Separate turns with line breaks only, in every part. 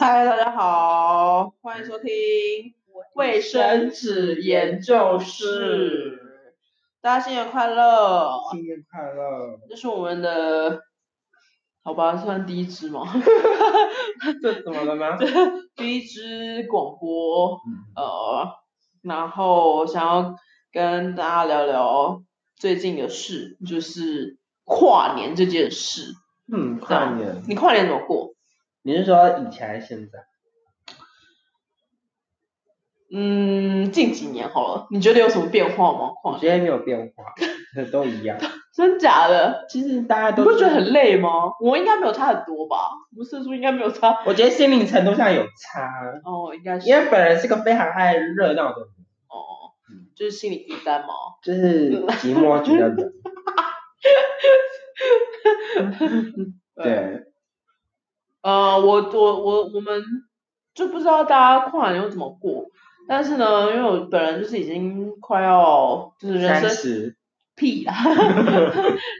嗨，大家好，欢迎收听卫生纸研究室。大家新年快乐！
新年快乐！
这是我们的，好吧，算第一支吗？
这怎么了吗？
第一支广播，
嗯
呃，然后想要跟大家聊聊最近的事，就是跨年这件事。
嗯，跨年，
你跨年怎么过？
你是说以前还是现在？
嗯，近几年好了，你觉得有什么变化吗？跨
我
年
觉得没有变化，都一样。
真假的？
其实大家
你
都
不觉得很累吗？我应该没有差很多吧？我射出应该没有差。
我觉得心灵程度上有差，
哦，应该是
因为本人是个非常爱热闹的人，
哦
嗯，
就是心理负担嘛。
就是寂寞觉得冷。
嗯
对，
呃，我我我我们就不知道大家跨年又怎么过，但是呢，因为我本人就是已经快要就是人
三
生
十，
屁 啦，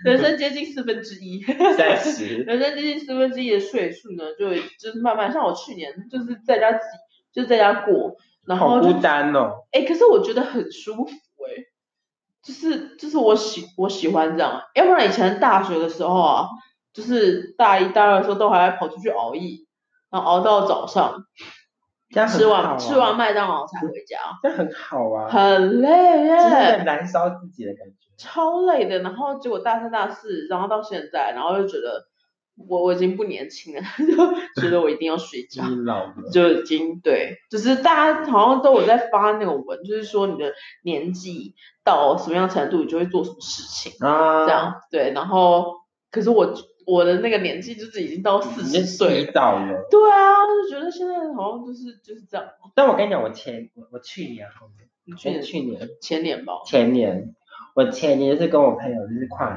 人生接近四分之一，
三十，
人生接近四分之一的岁数呢，就就是慢慢像我去年就是在家自己就在家过，然
好
后就
孤单哦。
哎、可是我觉得很舒服哎、就是就是我喜我喜欢这样，要不然以前大学的时候啊，就是大一大二的时候都还跑出去熬夜，然后熬到早上，
这样很
吃完、
好啊
吃完，麦当劳才回家，
这样很好啊，
很累
就是
耶，
在燃烧自己的感觉。
超累的。然后结果大三大四，然后到现在，然后就觉得我我已经不年轻了， 就觉得我一定要睡觉。
你老了，
就已经对，就是大家好像都有在发那种文，就是说你的年纪到什么样程度，你就会做什么事情，
啊，
这样对。然后，可是我我的那个年纪就是已经到四
你
十岁
提
了，
早了。
对啊，就觉得现在好像就是就是这样。
但我跟你讲，我前我我去年好像
你去年
去年
前年吧，
前年，我前年就是跟我朋友就是跨年，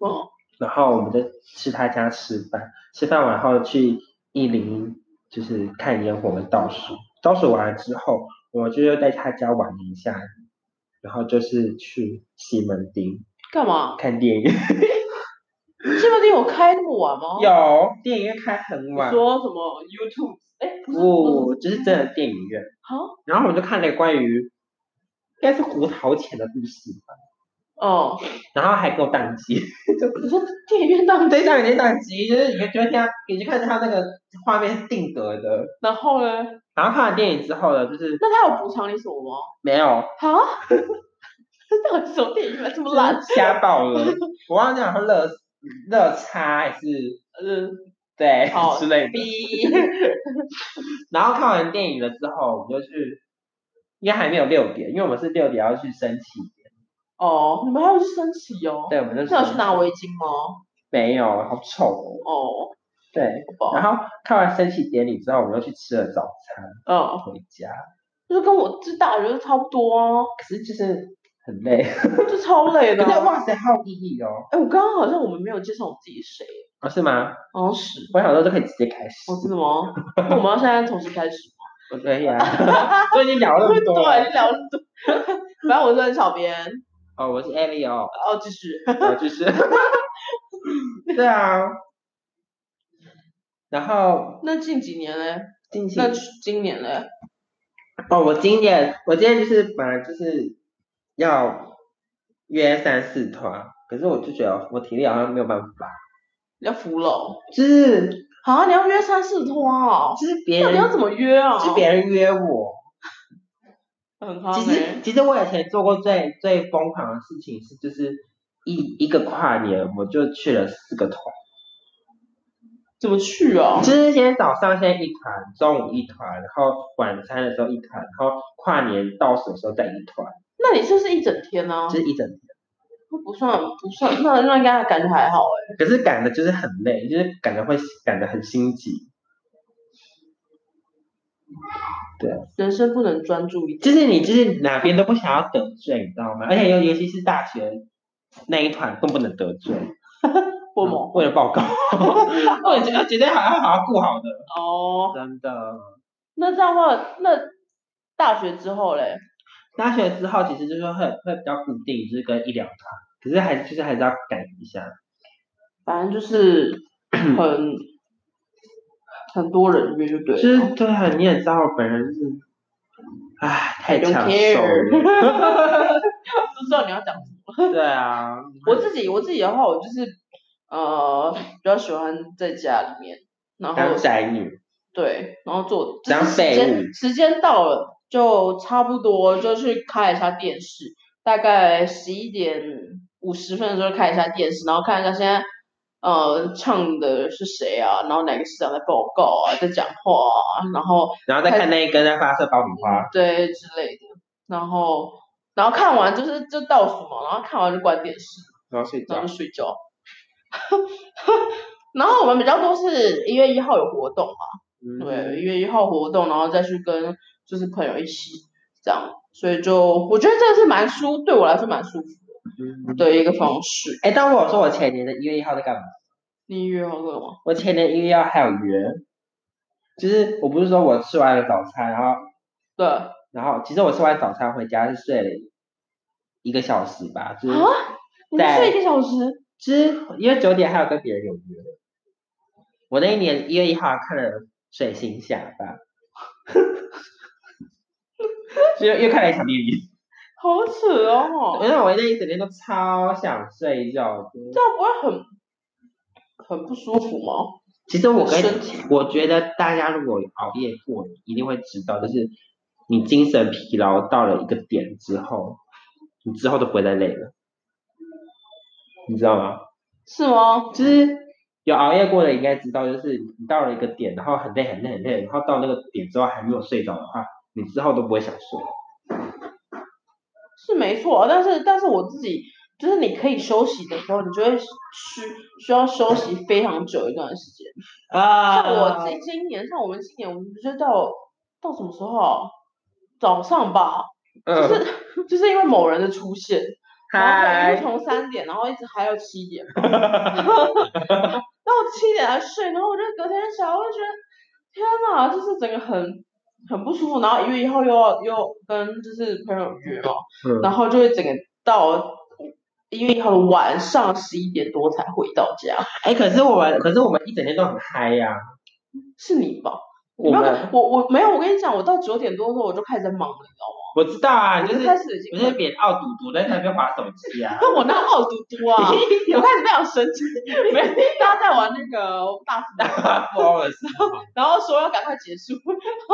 嗯，
然后我们就去他家吃饭，吃饭完后去一零就是看烟火跟倒数，倒数完了之后，我就又在他家玩了一下，然后就是去西门町
干嘛？
看电影，
西门町有开那么晚吗？
哦有啊电影院开很
你
晚，
说什么 YouTube？哎，不是啊
不、哦就是真的电影院，
好
然后我就看了关于应该是胡桃钳的故事吧，
哦，
然后还给我宕机。
你说电影院当
对，上已经宕机，就是你就听他，你就看他那个画面是定格的。
然后呢？
然后看完电影之后呢，就是
那他有补偿你什么吗？
没有，
啊？这到底什么电影院这么烂？
就是瞎爆了。我忘记好像热热差还是
嗯，
对
好
之类的。
逼，
然后看完电影了之后，我们就去，应该还没有六点，因为我们是六点要去升旗。
哦，你们还要去升旗哦？
对，我们就
那有去拿
我
围巾吗？
没有，好丑哦。
哦，
对，
好吧
然后看完升旗典礼之后，我们又去吃了早餐
嗯，
回家，
就是跟我这大学就差不多啊，
可是就是很累。
就超累的
可
啊。
是哇塞，好有意义哦。
哎，我刚刚好像我们没有介绍我们自己是谁，
哦，是吗？
好像是。
我想说就可以直接开始。
哦，真的吗？那我们要现在从新 开始吗？
我可以啊， 所以你聊了那么多。
对，聊得多。啊反正我是很小编，
哦，我是 e l i 哦，
哦，继续。
我就是。对啊。然后
那近几年嘞？
近期
那今年嘞？
哦，我今年我今天就是本来就是要约三四团，可是我就觉得我体力好像没有办法，
你要扶老
就是
啊？你要约三四拖哦？
就是别
那
人
你要怎么哦约啊？
是别人约我。
很好
其实其实我以前做过最最疯狂的事情是，就是一一个跨年我就去了四个团，
怎么去啊？
就是先早上先一团，中午一团，然后晚餐的时候一团，然后跨年倒数的时候再一团，
那你这是一整天呢、
就是一整天。
不算不算，那那应该感觉还好哎、
可是赶的就是很累，就是赶的会赶的很心急。
人生不能专注一点。
就是你就是哪边都不想要得罪，你知道吗？而且尤尤其是大学那一团更不能得罪，
为什么？
为了报告， 哦为了觉得好要好好顾好的，
哦，
真的。
那这样的话，那大学之后嘞？
大学之后其实就是会会比较固定，就是跟一两团，可是还是就是还是要改一下，
反正就是很很多人约就对
就
了
是。对啊，你也知道我本人就是，唉，太
I don't
抢手
care
了。
不知道你要讲什么。
对啊，
我自己我自己的话，我就是呃比较喜欢在家里面，然
当
后
宅女，
对，然后做就
当
是时
废
间
物
时间到了就差不多就去开一下电视，大概十一点五十分的时候看一下电视，然后看一下现在呃唱的是谁啊，然后哪个市长在报告啊，在讲话啊，然后
然后再看那一根在发射爆米花。
对之类的，然后然后看完就是就倒数嘛，然后看完就关电视，
然后睡
然
觉
后就睡觉。 然后我们比较多是一月一号有活动嘛，
嗯
对，一月一号活动，然后再去跟就是朋友一起这样，所以就我觉得这个是蛮舒，对我来说蛮舒服
嗯，
的一个方式。
哎、但我有说我前年的一月一号在干嘛？
你一月一号干嘛？
我前年一月一号还有约，就是我不是说我吃完了早餐，然后
对，
然后其实我吃完早餐回家是睡了一个小时吧，就是
啊你们
在
睡一个小时，
就是因为九点还有跟别人有约。我那一年一月一号看了《水行侠》吧，就又看了一场电影，
好扯哦，
因为我那一整天都超想睡觉的。
这样不会很很不舒服吗？
其实我跟
身体
我觉得大家如果熬夜过，一定会知道，就是你精神疲劳到了一个点之后，你之后都不会再累了，你知道吗？
是吗？
就是有熬夜过的应该知道，就是你到了一个点，然后很累很累很累，然后到那个点之后还没有睡着的话，你之后都不会想睡。
是没错，啊但是但是我自己就是你可以休息的时候，你就会需需要休息非常久一段时间。
啊
像我今今年，像我们今年，我们不是到到什么时候啊？早上吧，
嗯，
就是 因为某人的出现，然后就
嗨，
从三点，然后一直嗨到七 点吧，到七点才睡，然后我就隔天起来，我就觉得天哪，就是整个很很不舒服，然后一月一号又要又跟就是朋友约嘛，
嗯
然后就会整个到一月一号的晚上十一点多才回到家，
哎、可是我们可是我们一整天都很嗨呀、
是你吧？
我
没有
们
我我没有，我跟你讲，我到九点多的时候我就开始在忙了，你知道吗？
我知道啊，你就
我
是
就开始已
不
经。
是扁傲嘟嘟在那边划手机啊
我那好嘟嘟啊，我开始非常生气，没有大家在玩那个大富大，
不好意思，
然后说要赶快结束，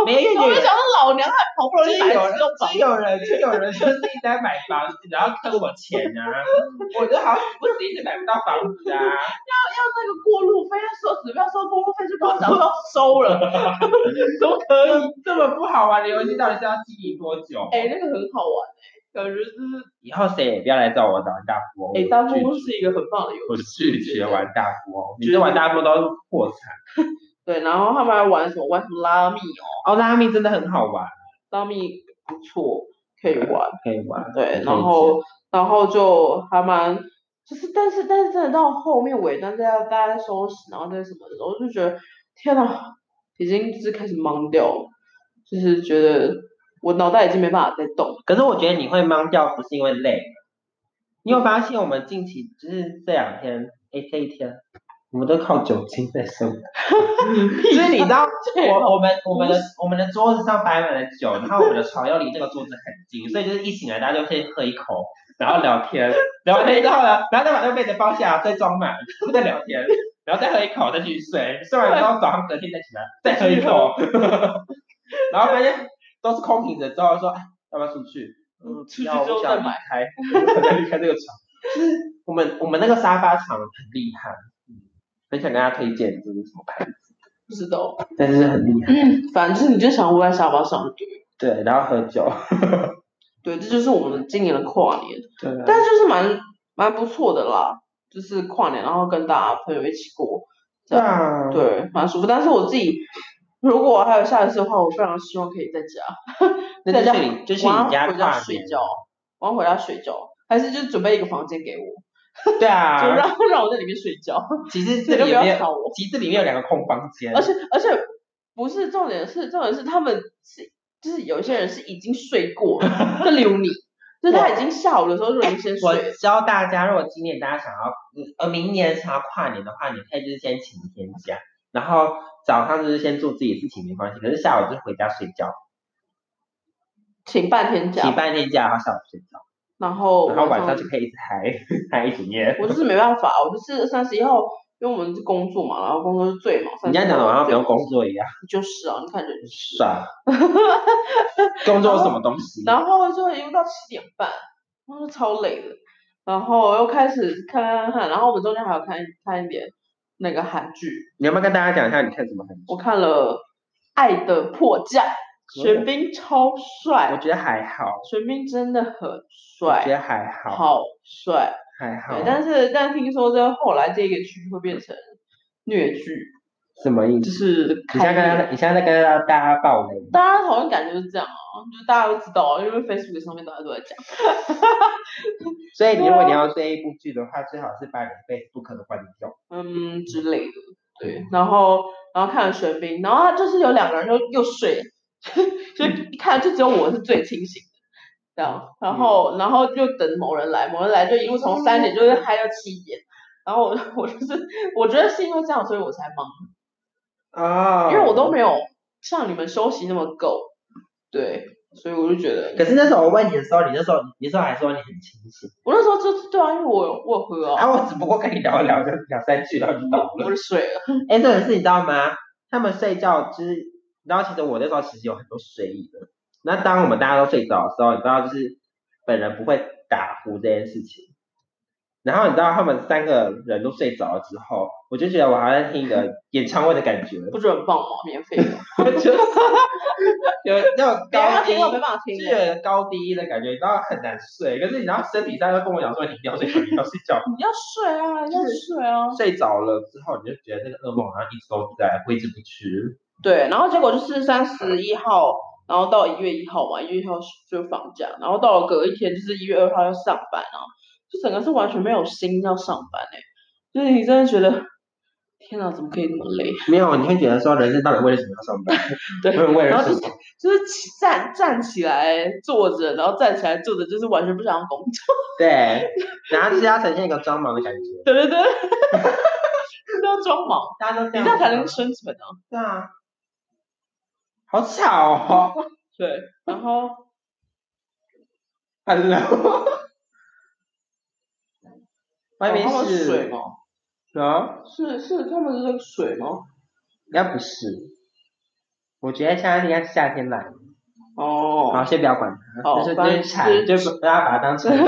没有
我就 想说老娘还好不容易
真
买
有
几
人
栋房，
真有人真有人就是一直在买房子，然后坑我钱啊！ 我就好死不死一直买不到房子啊！
要那个过路费，那时候只要收过路费就跟我讲说要收了， 怎么可以？
这么不好玩的游戏到底是要经营多久？
哎、那个很好玩哎、感觉就是
以后谁也不要来找我玩大富翁。
哎，大富
我
翁
拒
是一个很棒的游戏。
我拒绝玩大富翁，每次玩大富翁都是破产。
对，然后他们还玩什么玩什么拉密哦，
奥拉米真的很好玩，
拉密不错，可以玩。
可以玩。
对，然后然后就还蛮，就是但是但是真的到后面尾端大家大家在收拾，然后在什么的时候，就觉得天呐，已经就是开始懵掉了，就是觉得我脑袋已经没办法再动了。
可是我觉得你会懵掉，不是因为累。你有发现我们近期就是这两天，哎，这一天，我们都靠酒精在生活。 就是你知道，我我们我们的我们的桌子上摆满了酒，然后我们的床又离这个桌子很近，所以就是一醒来大家就先喝一口，然后聊 天，聊完天之后呢，然后再把那个被子包下来，再装满，然后再聊天，然后再喝一口，再去睡，睡完之后早上隔天再起来再喝一口， 然后发现都是空瓶子之后说，哎要不要出去？
嗯出去
要
之后
我想
再买
离开， 我想离开这个床。就是我们我们那个沙发床很厉害，嗯很想跟大家推荐这是什么牌子。
不知道，
但是很厉害。
嗯反正你就想窝在沙发上就对了。
对，然后喝酒。
对，这就是我们今年的跨年，
对啊
但是就是蛮蛮不错的啦，就是跨年，然后跟大家朋友一起过，这
对
样
啊，
对，蛮舒服。但是我自己如果还有下一次的话，我非常希望可以在家。
那
在
就
家
去你就去
我要
你家
回家
跨
睡
年。
觉，我要回家睡觉，还是就准备一个房间给我，
对
就
啊，
让 让我在里面睡觉，
其实
你
这
就
里
不
面
要吵我。
其实这里面有两个空房间
而，且而且不是重点是重点是他们是就是有些人是已经睡过了，在留你，就是他已经下午的时候就已经先睡
哎我
了。
教大家，如果今年大家想要，呃，明年想要跨年的话，你可以就是先请一天假，然后早上就是先做自己的事情没关系，可是下午就是回家睡觉，
请半天假
请，半天假，然后下午睡觉，
然后
然后晚上就可以一直嗨 嗨一整夜。
我就是没办法，我就是三十一号，因为我们是工作嘛，然后工作是最忙。
人家讲的
31
好像不用
最忙
工作一样，
就是啊，你看人事。
爽。工作是什么东西？
然后就一路到七点半，然后就超累的，然后又开始看看看，然后我们中间还有看看一点那个韩剧，
你要不要跟大家讲一下你看什么韩剧？
我看了《爱的迫降》，玄彬超
我
帅，
觉得还好，
玄彬真的很
我觉
帅，
得还好，
好帅。
还好
对，。但是但听说这后来这个剧会变成虐剧，
什么意
就
思？
是
你现
开
在跟大家
业。
你现在在跟大家爆雷，
大家好像感觉是这样啊，就是大家都知道啊，因为 Facebook 上面大家都在讲。
所以如果你要追一部剧的话，最好是把你 Facebook 的关掉。
嗯之类的，对，然后然后看了玄彬，然后他就是有两个人又又睡了， 所以一看就只有我是最清醒的，这样，然后、然后就等某人来，某人来就一路从三点就是嗨到七点，然后我 我就是我觉得是因为这样，所以我才忙，
哦
因为我都没有像你们休息那么够，对，所以我就觉得，
可是那时候我问你的时候，你那时候你那时候还说你很清醒，
我那时候就是对啊，因为我有我有喝啊，
啊，我只不过跟你聊一聊就两三句，然后就懂
我
了。
就睡了，
哎，这个是你知道吗？他们睡觉就是，然后其实我那时候其实有很多睡意的。那当我们大家都睡着的时候，你知道就是本人不会打呼这件事情。然后你知道他们三个人都睡着了之后，我就觉得我好像听一个演唱会的感觉，
不是很棒吗？免 费的，
就是有那种
别人
高
要听我没
低，
办法听
就
耶，
有高低的感觉，你知道很难睡。可是你知道身体在那跟我讲说你一定要睡觉，你一定要睡觉，
你要睡啊，你要
就是
睡啊。
睡着了之后，你就觉得那个噩梦好像一直都在挥之不去。
对，然后结果就是三十一号，然后到一月一号嘛，一月一号就放假，然后到了隔一天就是一月二号要上班啊，就整个是完全没有心要上班哎、就是你真的觉得，天哪，怎么可以那么累？啊
没有，你会觉得说人生到底为了什么要上班？
对
为为
然
了
后
什
就是
么？
就是起站站起来坐着，然后站起来坐着，就是完全不想要工作。
对，然后就是要呈现一个装忙的感觉。
对对 对，都要装忙，
大家都这
你
样
这样
子吗，
才能生存啊。
对啊。好 吵哦！
对，然后
很冷。 外面
然后
是
哦水吗？
啊，
是是他们的那个水吗？
应该不是。我觉得现在应该是夏天来，
哦，
好，先不要管它，
好
就是
反正
就
就是
是馋，就是不要把它当成。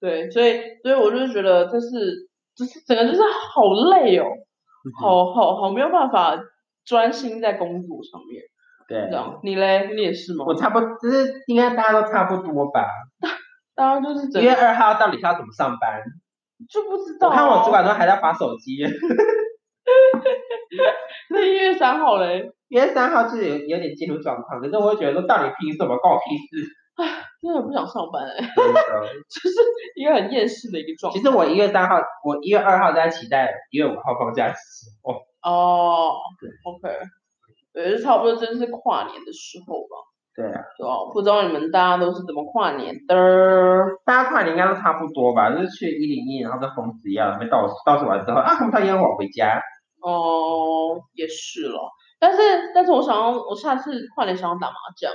对，所以所以我就觉得这是就是整个就是好累哦，
嗯
好好好没有办法专心在工作上面。
对
这，样，你嘞，你也是吗？
我差不多，就是应该大家都差不多吧。
当然就是
一
整
月
个
二号到底是要怎么上班？
就不知道、
我
啊。
看我主管都还在划手机。
那一月三号嘞，
一月三号就是有有点进入状况，可是我会觉得说，到底凭什么关我屁事？
真的不想上班哎， 就是一个很厌世的一个状态
其。实我一月三号，我一月二号在期待一月五号放假的时候，
哦，OK，对，就差不多真是跨年的时候吧。
对啊，
对啊，不知道你们大家都是怎么跨年的？
大家跨年应该都差不多吧，就是去一零一，然后跟疯子一样，被倒数倒数完之后，啊，他们要烟火回家，
哦，也是咯。但是，但是我想要，我下次跨年想要打麻将。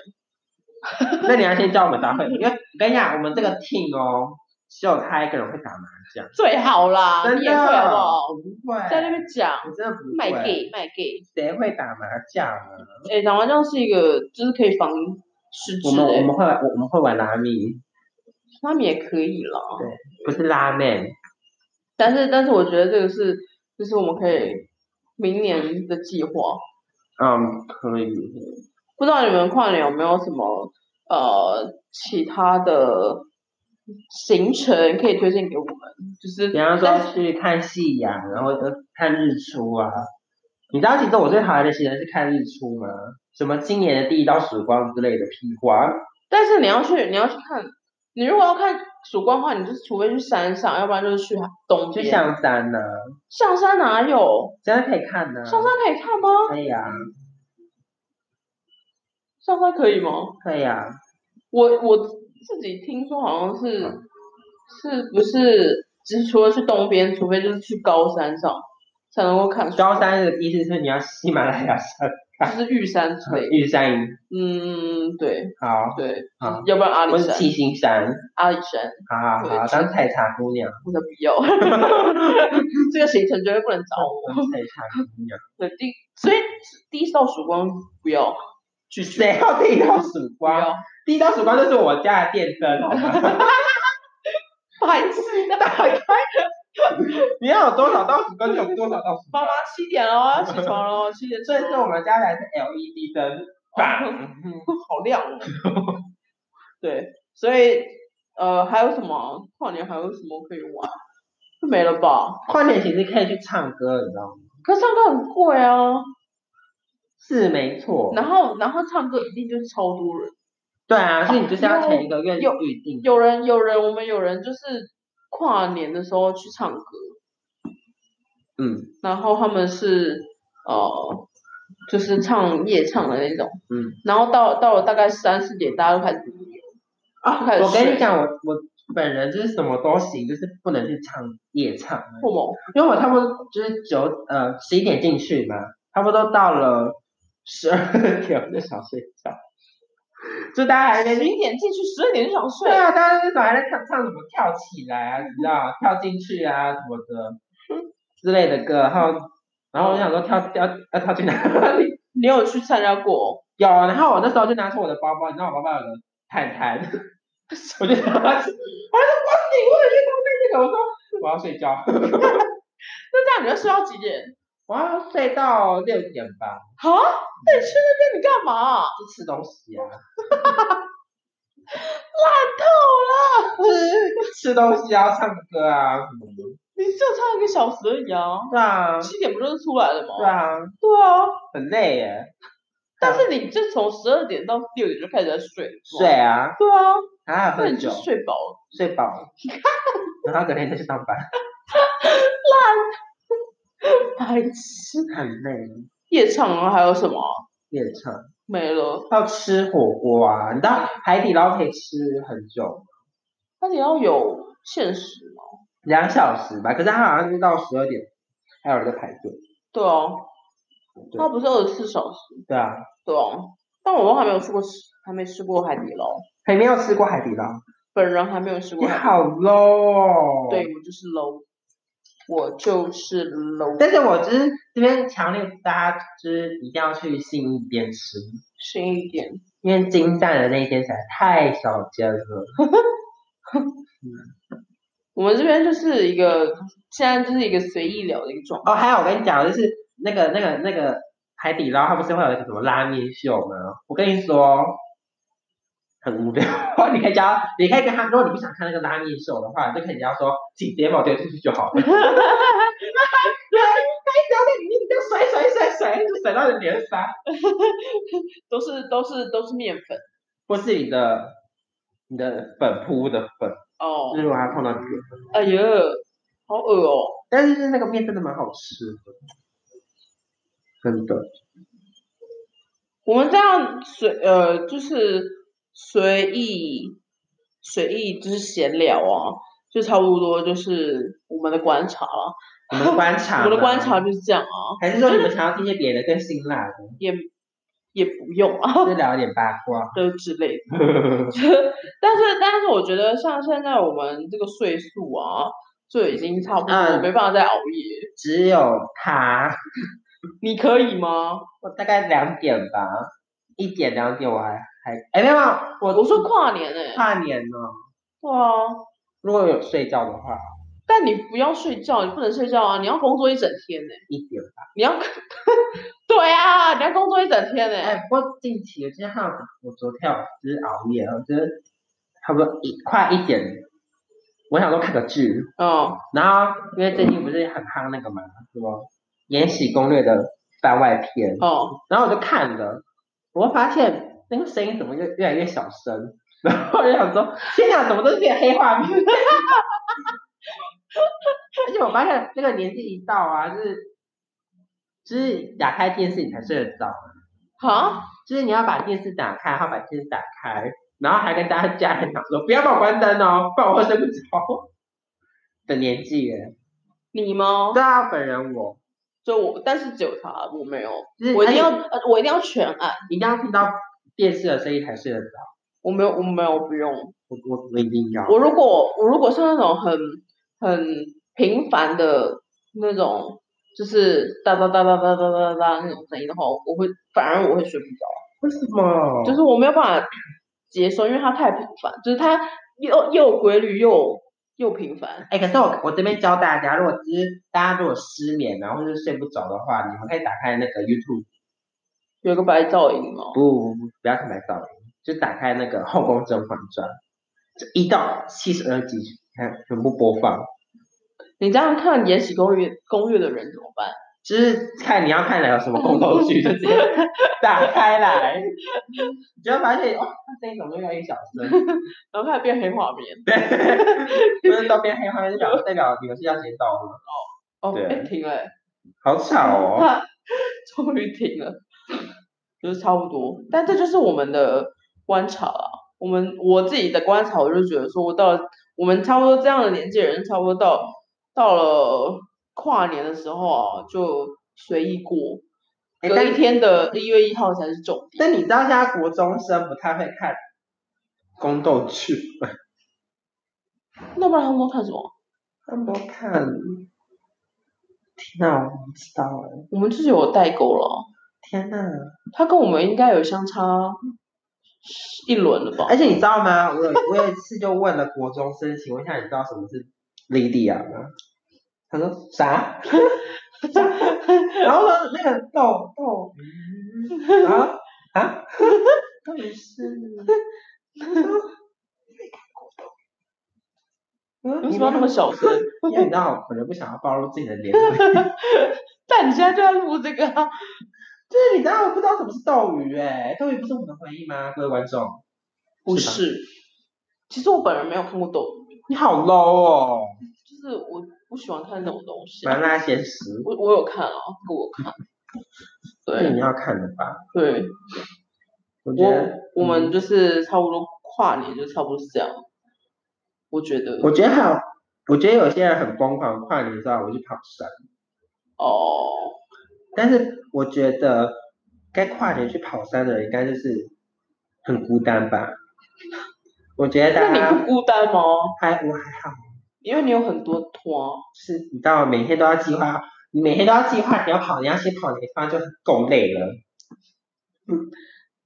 那你要先叫我们打会，因为我跟你讲，我们这个 team 哦，只有他一个人会打麻将，
最好啦，
真
啊你也会好不
的，
好？
我不会，
在那边讲
我真的不
卖
会，
gay 卖 gay，
谁会打麻将啊？
哎，打麻将是一个就是可以防失
我
智
们我
的，
们会我我们会玩拉米，
他们也可以啦。
不是拉面，
但是但是我觉得这个是就是我们可以明年的计划，
嗯，可以。
不知道你们跨年有没有什么呃其他的行程可以推荐给我们？就是
比
但
方
是
说去看夕阳，然后呃看日出啊。你知道，其实我最讨厌的行程是看日出吗？什么今年的第一道曙光之类的屁话。
但是你要去，你要去看，你如果要看曙光的话，你就是除非去山上，要不然就是去东
我去
边。
象山嗯呢、
象山哪有？
真的可以看呢、
象山可以看吗？
可以啊，
象山可以吗？
可以啊。
我我自己听说好像是，是不是？只除了去东边，除非就是去高山上，才能够看书。
高山的意思是你要喜马拉雅山
就是玉山之类的。
玉山银，
嗯，对
好，
对，
好
要不然阿
嗯我
里
是
山，
七星山，
阿里山，
好好
对哦
好，当采茶姑娘，
我才不要， 这个行程绝对不能找
当
我。
采茶姑娘，
对，第所以第一道曙光不要，拒绝
谁要第一道曙
不
光？
要，
第一道曙光就是我家的电灯，好吗？
白痴，
打开，你要有多少道曙光就有多少道曙
妈
光
妈。七点了，我要起床了，七点
所以
起
说
床
我们家才是 LED 灯，棒，
好亮哦。 对，所以呃还有什么跨年还有什么可以玩？就没了吧？
跨年其实可以去唱歌，你知道吗？
可是唱歌很贵啊，
是没错。
然后然后唱歌一定就是超多人，
对啊，所以你就是要前一个月
有
预定。
有人有人我们有人就是跨年的时候去唱歌，
嗯
然后他们是呃就是唱夜唱的那种，
嗯，
然后到到了大概三四点大家都开始啊，开始
我跟
睡
你，讲，我我本人就是什么都行，就是不能去唱夜唱，啊
不猛，
因为我差不多就是九呃十一点进去嘛，差不多到了十二 点我就想睡觉，就大家还在那
十
边
一点进去，十二点就想睡
对。啊，大家那时候还在唱唱什么跳起来啊，你知道跳进去啊什么的
嗯
之类的歌，然后然后我就想说跳跳要跳去哪里？
你有去参加过？
有，啊然后我那时候就拿出我的包包，你知道我包包有个探探，我就想要去，我就说 不行，我得去唱这个，我说我要睡觉，
那这样你要睡到几点？
我要睡到六点吧，
啊？那你去那边你干嘛？
就吃东西啊，
烂透了！
吃东西啊，唱歌啊什么的，
你就差一个小时而已啊，
对啊，
七点不就是出来了吗？
对啊，
对啊，
很累耶，
但是你就从十二点到六点就开始在睡，是
睡
吗
啊，
对啊，
啊
那
喝
你就
酒。
睡饱了。
睡饱 了，然后隔天再去上班，
白痴！
很累，
夜唱啊，还有什么啊
夜唱。
没了？
要吃火锅啊，你到海底捞可以吃很久，
那你要有限时吗？
两小时吧，可是它好像是到十二点还有人在排队。
对啊，
对
它不是二十四小时，
对啊，
对啊。但我都还没有吃过吃，还没吃过海底捞，
还没有吃过海底捞，
本人还没有吃
你
过海底捞。
好 low 哦。
对，我就是 low，我就是 low。
但是我就是这边强烈大家就是一定要去信义店吃，
深一点，
因为金站的那一间实在太少见了。
我们这边就是一个现在就是一个随意聊的一个状态。
哦，还有我跟你讲，就是那个那个那个海底捞，它不是会有那个什么拉面秀吗？我跟你说，很无聊。 你可以叫，你可以跟他，如果你不想看那个拉面秀的话，你就可以跟他说，请直接把我丢出去就好了。 对，他一直要在里面，你就甩甩甩甩，就甩到人脸上，
都是都是都是面粉
或是你的你的粉扑的粉，
哦
就，是我还碰到你的粉。
哎呀，好恶哦，
但是那个面真的蛮好吃的，真的。
我们这样随呃就是随意随意就是闲聊啊，就差不多就是我们的观察了、
我们观察，
我的观察就是这样啊，
还是说你们想要听些别的更辛辣的，
也也不用啊，
就聊一点八卦？
都之类的。就是但是但是我觉得像现在我们这个岁数啊，就已经差不多、
嗯
没办法再熬夜。
只有他，
你可以吗？
我大概两点吧，一点两点我还还，哎没有，我
我说跨年哎、
跨年呢，
对啊，
如果有睡觉的话，
但你不要睡觉，你不能睡觉啊，你要工作一整天呢、
一点吧。
你要 对啊，你要工作一整天欸呢、
哎，不过近期我今天看到我昨天我就是熬夜，我觉得差不多一快一点，我想说看个剧，
嗯，
然后因为最近不是很夯那个嘛，什么《延禧攻略》的番外篇，
哦、
然后我就看了，我发现那个声音怎么越越来越小声， 然后我就想说，天哪，怎么都是变黑化面？ 而且我发现那个年纪一到啊，就是就是打开电视你才睡得着，
哈，
就是你要把电视打开，然后把电视打开，然后还跟大家家人讲说不要帮我关灯哦，不然我会睡不着。的年纪耶，
你吗？
对啊，本人我
所以我但是只有他，我没有，
就是
我一定要
而且
呃我一定要全按，
一定要听到电视的声音才睡得着。
我没有我没有不用，
我我我一定要。
我如果我如果是那种很很频繁的那种，就是哒哒哒哒哒哒哒哒那种声音的话，我会反而我会睡不着。
为什么？
就是我没有办法接受，因为它太频繁，就是它又又规律又又频繁。
哎、可是我我这边教大家，如果只是大家如果失眠然后或是睡不着的话，你们可以打开那个 YouTube，
有一个白噪音哦，
不不不，不要看白噪音，就打开那个《后宫甄嬛传》，就一到七十二集，看全部播放。
你这样看《延禧攻略》攻略的人怎么办？
就是看你要看哪有什么宫斗剧，就直接打开来，你就会发现哦，它声音怎么越来越小声？
然后开始变黑画面。
不是都变黑化，就表代表你们是要节奏了，
哦，
对
哎、停了、欸，
好吵哦。
哈 终于停了，就是差不多。但这就是我们的观察啦。我们我自己的观察，我就觉得说，我到了我们差不多这样的年纪的人，差不多到到了跨年的时候啊，就随意过。
哎
隔
但
一天的一月一号才是重点。
但你知道现在国中生不太会看宫斗剧吗，
那不然他们都看什么？
他们都看，天哪，我不知道哎，
我们自己有代沟了，
天哪！
他跟我们应该有相差一轮了吧？
而且你知道吗？我有我有一次就问了国中生，请问一下，你知道什么是 Lydia 吗？他说啥？ 然后呢，那个豆豆，嗯啊啊，到底是？嗯
为什么要那么小声？
因为你知道，可能不想要暴露自己的年龄。 就
但你现在就在录这个、啊，
是你知道，我不知道什么是斗鱼哎、斗鱼不是我们的回忆吗？各位观众，
不
是吧
是？其实我本人没有看过斗鱼，
你好 low 哦，
就是我不喜欢看那种东西。
蛮拉现实。
我我有看啊，这个我有看。
那
对
你要看的吧？
对，
嗯我觉
我
得
我们
嗯
就是差不多跨年就差不多是这样，我觉得
我觉得还有，我觉得有些人很疯狂，跨年的时候我去跑山，
哦，
但是我觉得该跨年去跑山的人应该就是很孤单吧。我觉得
那
大
你不
家
孤单吗？
还我还好，
因为你有很多团，
就是你知道每天都要计划，你每天都要计划你要跑，你要先跑哪一方就很够累了，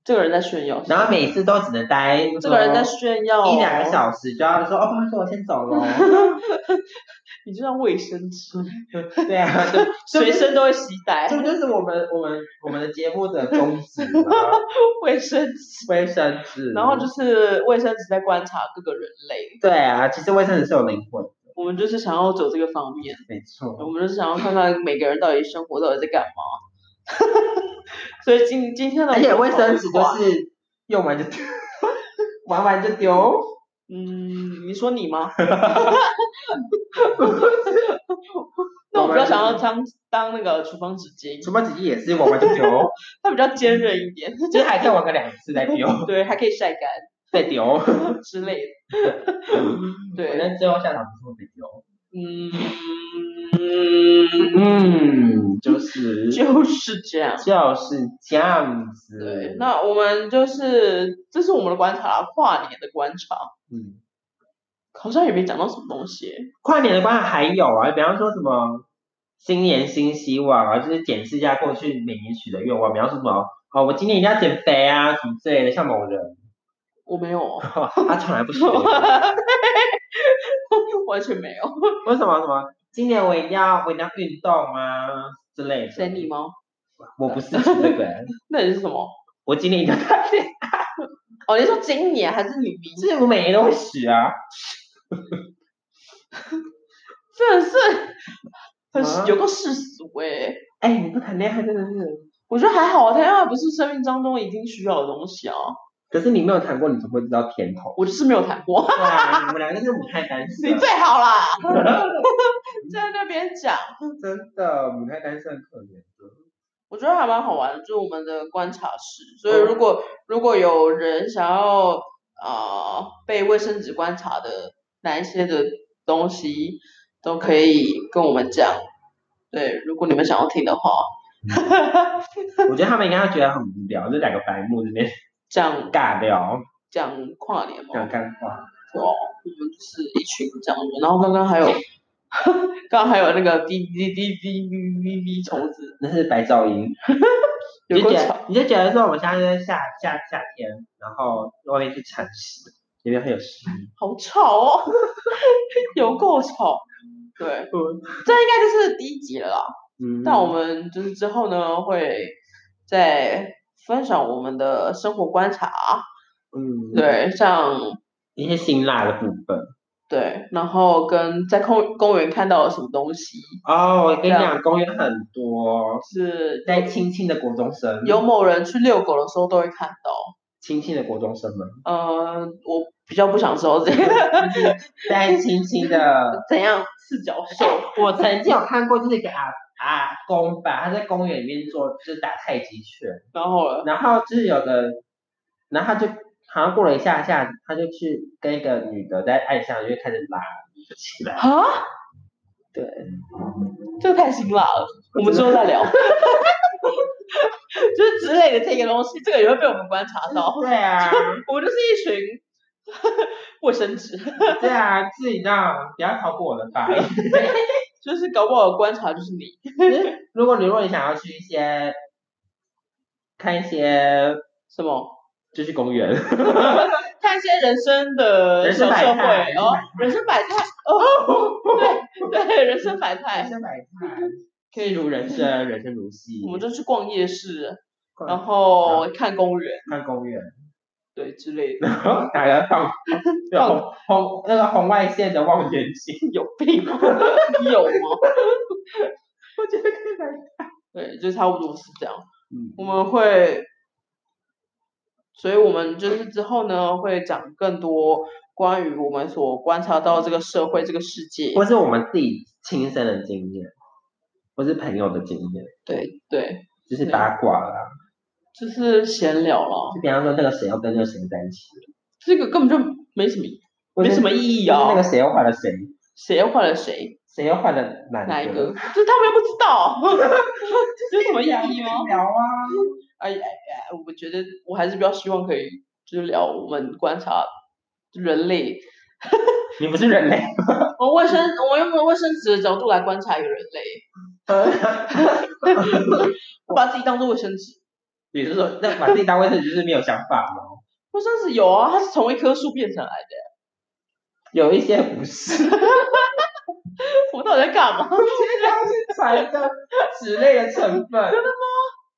这个人在炫耀，
然后每次都只能待
这个人在炫耀、
一两个，小时，就要说哦，不好意思，我先走了。
你就像卫生 纸，
对啊，就
随身都会携带
这不就是我们我们我们的节目的宗旨吗？
卫生纸，
卫生纸，
然后就是卫生纸在观察各个人类，
对啊，其实卫生纸是有灵魂，
我们就是想要走这个方面，
没错。
我们就是想要看看每个人到底生活到底在干嘛。 所以今今天的
而且哎卫生纸啊就
话题，
是用完就丢， 玩完就丢。
嗯，你说你吗？那
我
我比
们
较想要当当那个厨房纸巾，
什么纸巾也是玩完就丢，
它比较坚韧一点，
就是还可以玩个两次再丢，
对，还可以晒干
再丢。
之类的。
反
对，
正最后下场不是会丢。
嗯，
嗯，就是就
就是这样。
是这样
对
子，。
那我们就是这是我们的观察啦，跨年的观察，
嗯，
好像也没讲到什么东西。
跨年的话还有啊，比方说什么新年新希望啊，就是检视一下过去每年许的愿望，比方说什么哦，我今年一定要减肥啊什么之类的，像某人。
我没有，
他从来不 学。
完全没有。
为什么什么？今年我一定要我一定要运动啊之类的。
谁你吗？
我不是指这个人，
那你是什么？
我今年一定要锻炼，
哦，你说今年还是你明
就是我每年都会许啊。
真的是很
啊
有个世俗哎、
哎，你不谈恋爱真的是，
我觉得还好啊，谈恋爱不是生命当中一定需要的东西啊。
可是你没有谈过，你怎么会知道甜 头？
我就是没有谈过，
对啊，你们两个就是母胎单
你
身，
最好啦，在那边讲，
真的母胎单身很可怜的。
我觉得还蛮好玩的，就是我们的观察室。所以如果、如果有人想要呃被卫生纸观察的哪一些的东西，都可以跟我们讲。对，如果你们想要听的话，
我觉得他们应该会觉得很无聊，这两个白目这边
讲
尬聊，
讲跨年嘛，
讲干话。
哦，我们就是一群这样的，然后刚刚还有， 刚刚还有那个滴滴滴滴滴滴滴虫子，
那是白噪音，
有
你就
够
觉
吵，
得你就觉得说我们现在在夏夏夏天，然后外面是蚕食，里面会有食蚁。
好吵哦， 有够吵。对，这应该就是第一集了啦。
嗯，
但我们就是之后呢，会再分享我们的生活观察，
嗯，
对，像
一些辛辣的部分。
对，然后跟在公公园看到了什么东西，
哦，我跟你
这样
讲，公园很多，
是
在亲亲的国中生，
有某人去遛狗的时候都会看到。
亲亲的国 中生们，
呃，我比较不想说这
嗯
个
在亲亲的，
怎样赤脚兽，
我曾经有看过，就是一个阿阿公吧，他在公园里面做，就是打太极拳，
然后了，
然后就是有个，然后他就好像过了一下下，他就去跟一个女的在爱上，就开始拉起 来，
啊，
对，
这个太辛辣了，我们之后再聊。 就是之类的这个东西，这个也会被我们观察到。
对啊，
我们就是一群 卫生纸，
对啊，自己让不要超过我的发音。
就是搞不好观察就是你。
如果你如果你想要去一些看一些，
什么？
就去公园。
看一些人生的
人
小社
生百
会
态
哦，人生百态哦， 对对，人生百态，
生百态，可以如人生，人生如 戏。
我们就去逛夜市，然
逛
后
嗯
看公园，
看公园，
对之类的，
然后打个 放
放
红红那个红外线的望远镜，
有病吗？你有吗？
我觉得太白
对，就差不多是这样。
嗯
我们会，所以我们就是之后呢会讲更多关于我们所观察到这个社会、这个世界。
或是我们自己亲身的经验，或是朋友的经验，
对对，
就是
对
八卦啦。
就是闲聊了，
就比方说那个谁要跟那个谁在一起，
这个根本就没什么，
或是
没什么意义
或是那
啊
个。谁又换了谁，
谁
谁
又换了谁？
谁又换了哪
哪一个？就是他们又不知道，这有什么意义吗？
聊啊，
哎哎哎，我觉得我还是比较希望可以就是聊我们观察人类
你不是人类，
我卫生，我用卫生纸的角度来观察一个人类， 我把自己当做卫生纸。
你是说那把自己当卫生纸就是没有想法吗？
卫生纸有啊，它是从一棵树变成来的。
有一些不是，
我到底在干嘛？
反正纸类的成分。真的吗？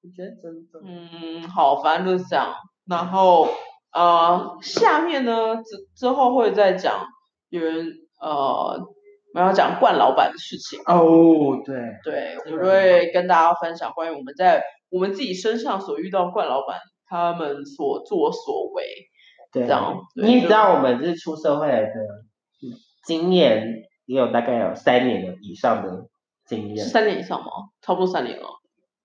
我觉得真的。
嗯，好，反正就是这样。然后呃，下面呢之之后会再讲有人呃，我们要讲冠老板的事情。
哦，对，
对，我就会跟大家分享关于我们在我们自己身上所遇到冠老板他们所作所为。
对啊
这样对
你也
就
知道我们就是出社会的经验，也有大概有三年的以上的经
是
验。
三年以上吗？差不多三年了。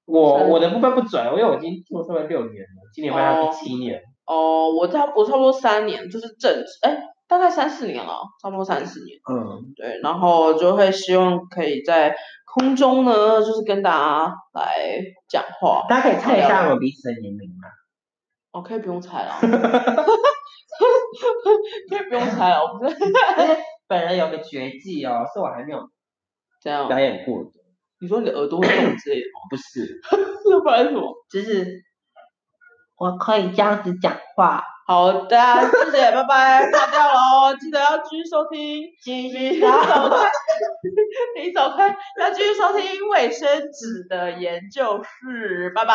我
三
我的部分不准，因为我已经出社会六年了，今年迈向
哦
第七年。
哦，我差我差不多三年，就是正职，哎，大概三四年了，差不多三四年。
嗯，
对，然后就会希望可以在空中呢，就是跟大家来讲话。
大家可以猜一下我们彼此的年龄嘛？
哦，可以不用猜 了，可以不用猜了，我不是
本人有个绝技哦，是我还没有
这样。
表演过的，
你说你的耳朵会动之类的吗？
不是，
要不然什么？
就是我可以这样子讲话。
好的，谢谢，拜拜，挂掉了哦，记得要继续收听。
继
你走开，你走开，要继续收听卫生纸的研究室，拜拜。